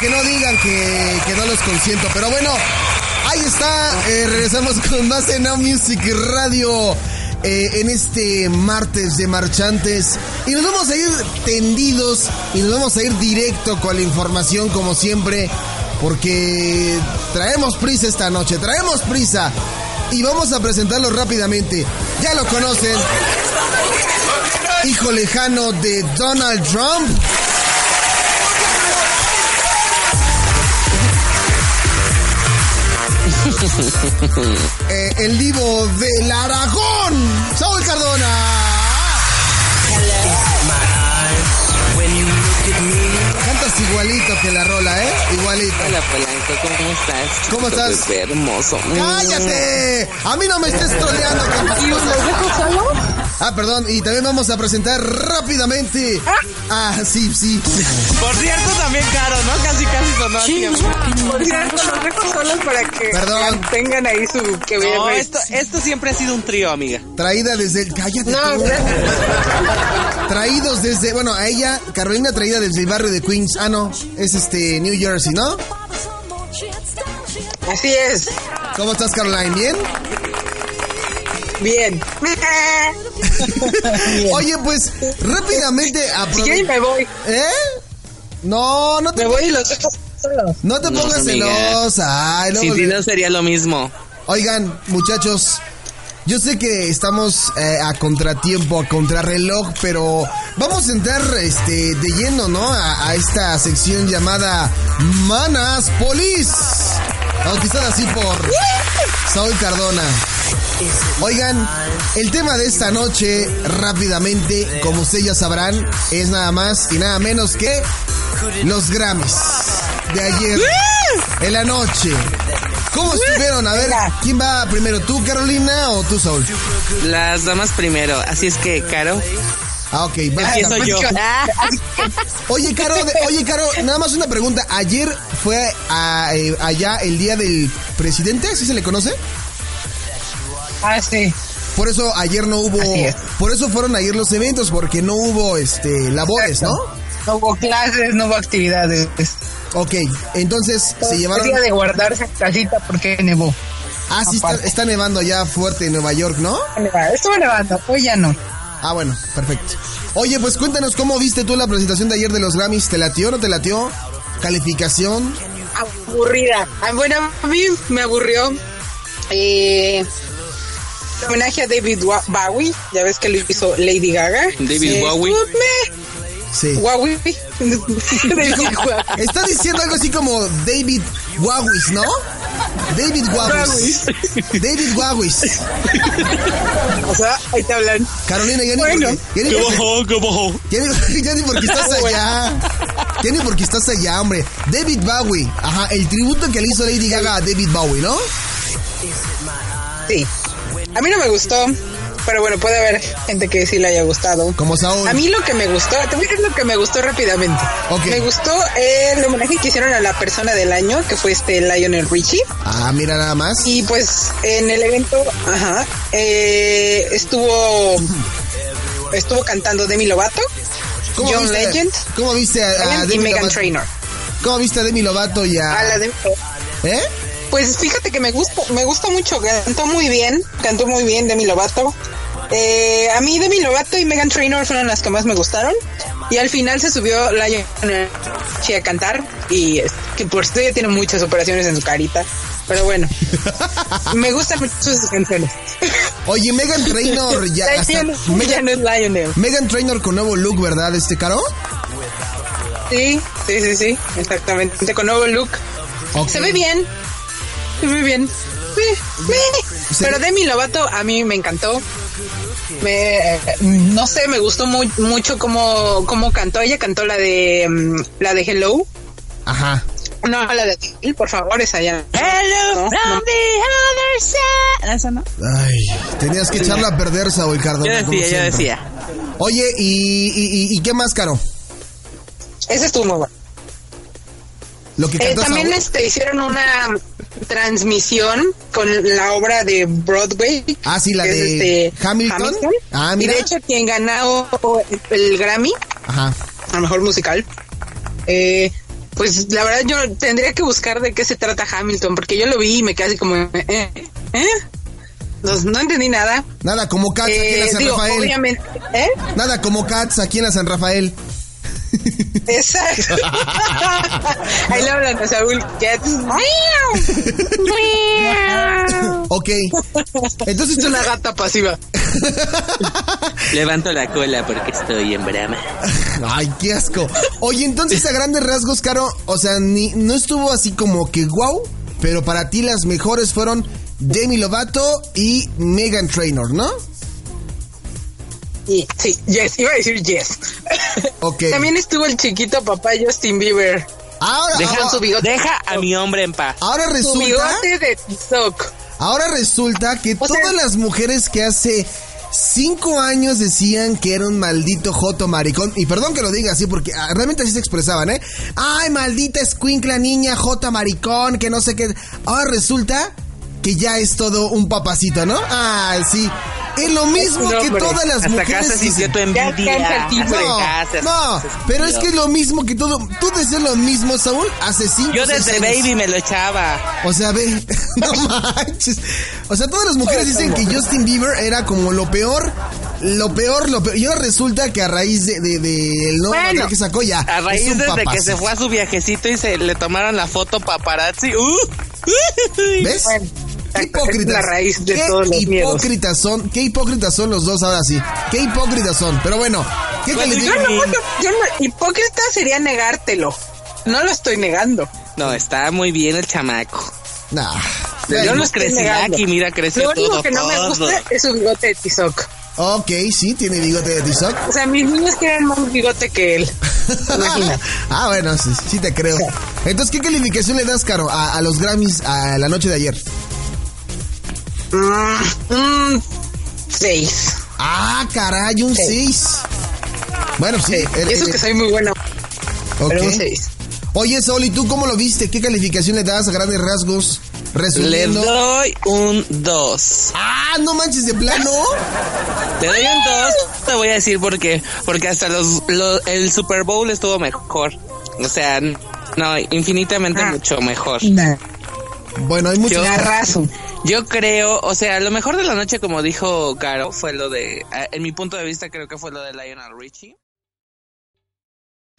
que no digan que, que no los consiento. Pero bueno, ahí está. Eh, regresamos con más en Now Music Radio. eh, en este martes de marchantes y nos vamos a ir tendidos y nos vamos a ir directo con la información como siempre porque traemos prisa esta noche, traemos prisa y vamos a presentarlo rápidamente. Ya lo conocen, hijo lejano de Donald Trump. Eh, el divo del Aragón, Saúl Cardona. Cantas igualito que la rola, ¿eh? Igualito. Hola Polanco, ¿cómo estás? ¿Cómo Chiquito, estás? bebé hermoso. ¡Cállate! A mí no me estés troleando con tus cosas. Ah, perdón, y también vamos a presentar rápidamente. Ah, sí, sí. Mm. Por cierto, también caro, ¿no? Casi, casi sonó a tiempo. Por cierto, los dejo solos para que Perdón. tengan ahí su que No, vean. esto, esto siempre ha sido un trío, amiga. Traída desde el. Cállate. tú. Traídos desde. Bueno, a ella, Carolina, traída desde el barrio de Queens. Ah, no. Es este, New Jersey, ¿no? Así es. ¿Cómo estás, Caroline? ¿Bien? Bien. Oye, pues, rápidamente. Si quieren aprovecha. me voy. ¿Eh? No, no Me te, voy y los dejo solos. no te No, pongas amiga. celosa. Ay, Sin luego- ti no sería lo mismo. Oigan, muchachos, yo sé que estamos eh, a contratiempo, a contrarreloj, pero vamos a entrar este, de lleno, ¿no? A, a esta sección llamada Manas Polis, bautizada así por Saúl Cardona. Oigan, el tema de esta noche, rápidamente, como ustedes ya sabrán, es nada más y nada menos que los Grammys de ayer en la noche. ¿Cómo estuvieron? A ver, ¿quién va primero? ¿Tú, Carolina, o tú, Saúl? Las damas primero, así es que, Caro, Ah, ok, vas. Empiezo yo. pues, Oye, Caro, de- oye, Caro, nada más una pregunta. Ayer fue a, eh, allá el día del presidente, ¿así se le conoce? Ah, sí. Por eso ayer no hubo, Así es. por eso fueron ayer los eventos, porque no hubo este labores, ¿no? No hubo clases, no hubo actividades. Ok, entonces se Todo llevaron. día de guardarse en casita porque nevó. Ah, sí, está, aparte. está nevando allá fuerte en Nueva York, ¿no? Estuvo nevando, hoy ya no. Ah, bueno, perfecto. Oye, pues cuéntanos cómo viste tú la presentación de ayer de los Grammys. ¿Te latió o no te latió? Calificación. aburrida. Ah, Bueno, a mí me aburrió. Eh, homenaje a David Wa- Bowie, ya ves que lo hizo Lady Gaga. David Bowie. Sí. Me- Bowie. David Bowie. Está diciendo algo así como David Wawis, ¿no? David Wawis. David Wawis. O sea, ahí te hablan. Carolina, ya ni Bueno. porque, ya ni porque- Oh, ya ni- ya ni porque estás allá. Ya ni porque estás allá, hombre. David Bowie. Ajá, el tributo que le hizo Lady Gaga a David Bowie, ¿no? Sí. A mí no me gustó, pero bueno, puede haber gente que sí le haya gustado. Como Saúl. A mí lo que me gustó, te voy a decir lo que me gustó rápidamente. Ok. Me gustó el homenaje que hicieron a la persona del año, que fue este Lionel Richie. Ah, mira nada más. Y pues en el evento ajá, eh, estuvo estuvo cantando Demi Lovato, John viste, Legend, ¿Cómo viste a, a y Ah, Demi Megan Lovato? Ah. Trainor. ¿Cómo viste a Demi Lovato y a... A la Demi- ¿Eh? pues fíjate que me gusta, me gusta mucho, cantó muy bien, cantó muy bien Demi Lovato. Eh, a mí Demi Lovato y Megan Trainor fueron las que más me gustaron y al final se subió la a cantar y es- que por cierto ya tiene muchas operaciones en su carita, pero bueno, me gustan mucho sus canciones. Oye, Megan Trainor ya... hasta- Lionel, Megan, Lionel, Lionel. Megan Trainor con nuevo look, ¿verdad, este caro? Sí, sí, sí, sí, exactamente, con nuevo look. Ok. Se ve bien, se ve bien. Sí, sí. Sí. Pero Demi Lovato a mí me encantó. Me, no sé, me gustó muy, mucho cómo, cómo cantó. Ella cantó la de mm, la de Hello. Ajá. No, la de Hello, por favor, esa ya. Hello, Ay, tenías que echarla a perder, Saúl Cardona. yo como decía, siempre. yo decía. Oye, ¿y, y, y- y qué más, Caro? Esa estuvo muy buena. Lo que Eh, cantó también Saúl. este, hicieron una transmisión con la obra de Broadway. Ah, sí, la que es, este, de Hamilton. Ah, mira. Y de hecho, quien ganó el Grammy Ajá. a lo mejor musical. Eh, pues la verdad yo tendría que buscar de qué se trata Hamilton, porque yo lo vi y me quedé así como, eh, ¿eh? Entonces, no entendí nada. Nada como Cats Ah, aquí en la Eh, San digo, Rafael. obviamente, ¿eh? Nada como Cats aquí en la San Rafael. Exacto. Ahí le hablan a Saúl Cats. Ok. Entonces Es tú, una gata pasiva. Levanto la cola porque estoy en brama. Ay, qué asco. Oye, entonces a grandes rasgos, Caro, o sea, ni, no estuvo así como que wow, pero para ti las mejores fueron Demi Lovato y Megan Trainor, ¿no? Y sí, yes, iba a decir yes. Ok. También estuvo el chiquito papá Justin Bieber. Ahora, Dejan su ahora, bigote. Deja a mi hombre en paz. ahora Su resulta, bigote de TikTok. ahora resulta que O sea- todas las mujeres que hace cinco años decían que era un maldito joto maricón, y perdón que lo diga así porque ah, realmente así se expresaban, ¿eh? Ay, maldita escuincla niña, jota maricón, que no sé qué. Ahora resulta que ya es todo un papacito, ¿no? Ay, sí. Es lo mismo No, que hombre, todas las Hasta mujeres acá se sintió dicen. tu Ya alcanza envidia. el timbre. Hasta No, acá se- no, se sintió. pero es que es lo mismo que todo. Tú decías lo mismo, Saúl, hace cinco Yo seis desde años. baby me lo echaba. O sea, ve, no manches. O sea, todas las mujeres dicen que Justin Bieber era como lo peor, lo peor, lo peor. Y ahora resulta que a raíz de, de, de el nuevo Bueno, material que sacó ya. A es raíz un desde que papacito. se fue a su viajecito y se le tomaron la foto paparazzi. ¡Uh! ¿Ves? Bueno, Qué exacto, hipócritas. es la raíz de Qué todos los miedos. hipócritas son, qué hipócritas son los dos ahora sí. Qué hipócritas son. Pero bueno, ¿qué te Bueno, le yo digo? Pues Yo no, yo, yo no- hipócrita sería negártelo. No lo estoy negando. No, está muy bien el chamaco. Nah. Yo Bueno, no lo estoy crecí negando. aquí, mira, creció Lo único todo. que no me todo. gusta es su bigote de Tizoc. Ok, sí, tiene bigote de tizoc. O sea, mis niños tienen más bigote que él. Imagínate. ah, bueno, sí, sí te creo. Entonces, ¿qué calificación le das, Caro, a, a los Grammys a la noche de ayer? Mm, mm, seis. Ah, caray, un 6. Bueno, sí. er- Y eso er- que soy muy buena, ok. pero un seis. Oye, Sol, ¿y tú cómo lo viste? ¿Qué calificación le das a grandes rasgos? Le Resumiendo. doy un 2. Ah, no manches de plano. Te doy un 2, te voy a decir por qué. Porque hasta los, lo- el Super Bowl estuvo mejor. O sea, n- no, infinitamente Ah. mucho mejor. Bueno, hay muchos. Garrazo. Yo creo, o sea, lo mejor de la noche, como dijo Caro, fue lo de, a- en mi punto de vista, creo que fue lo de Lionel Richie.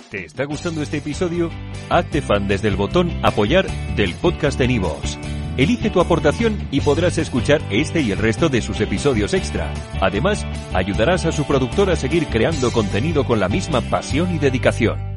¿Te está gustando este episodio? Hazte fan desde el botón Apoyar del podcast de Nivos. Elige tu aportación y podrás escuchar este y el resto de sus episodios extra. Además, ayudarás a su productor a seguir creando contenido con la misma pasión y dedicación.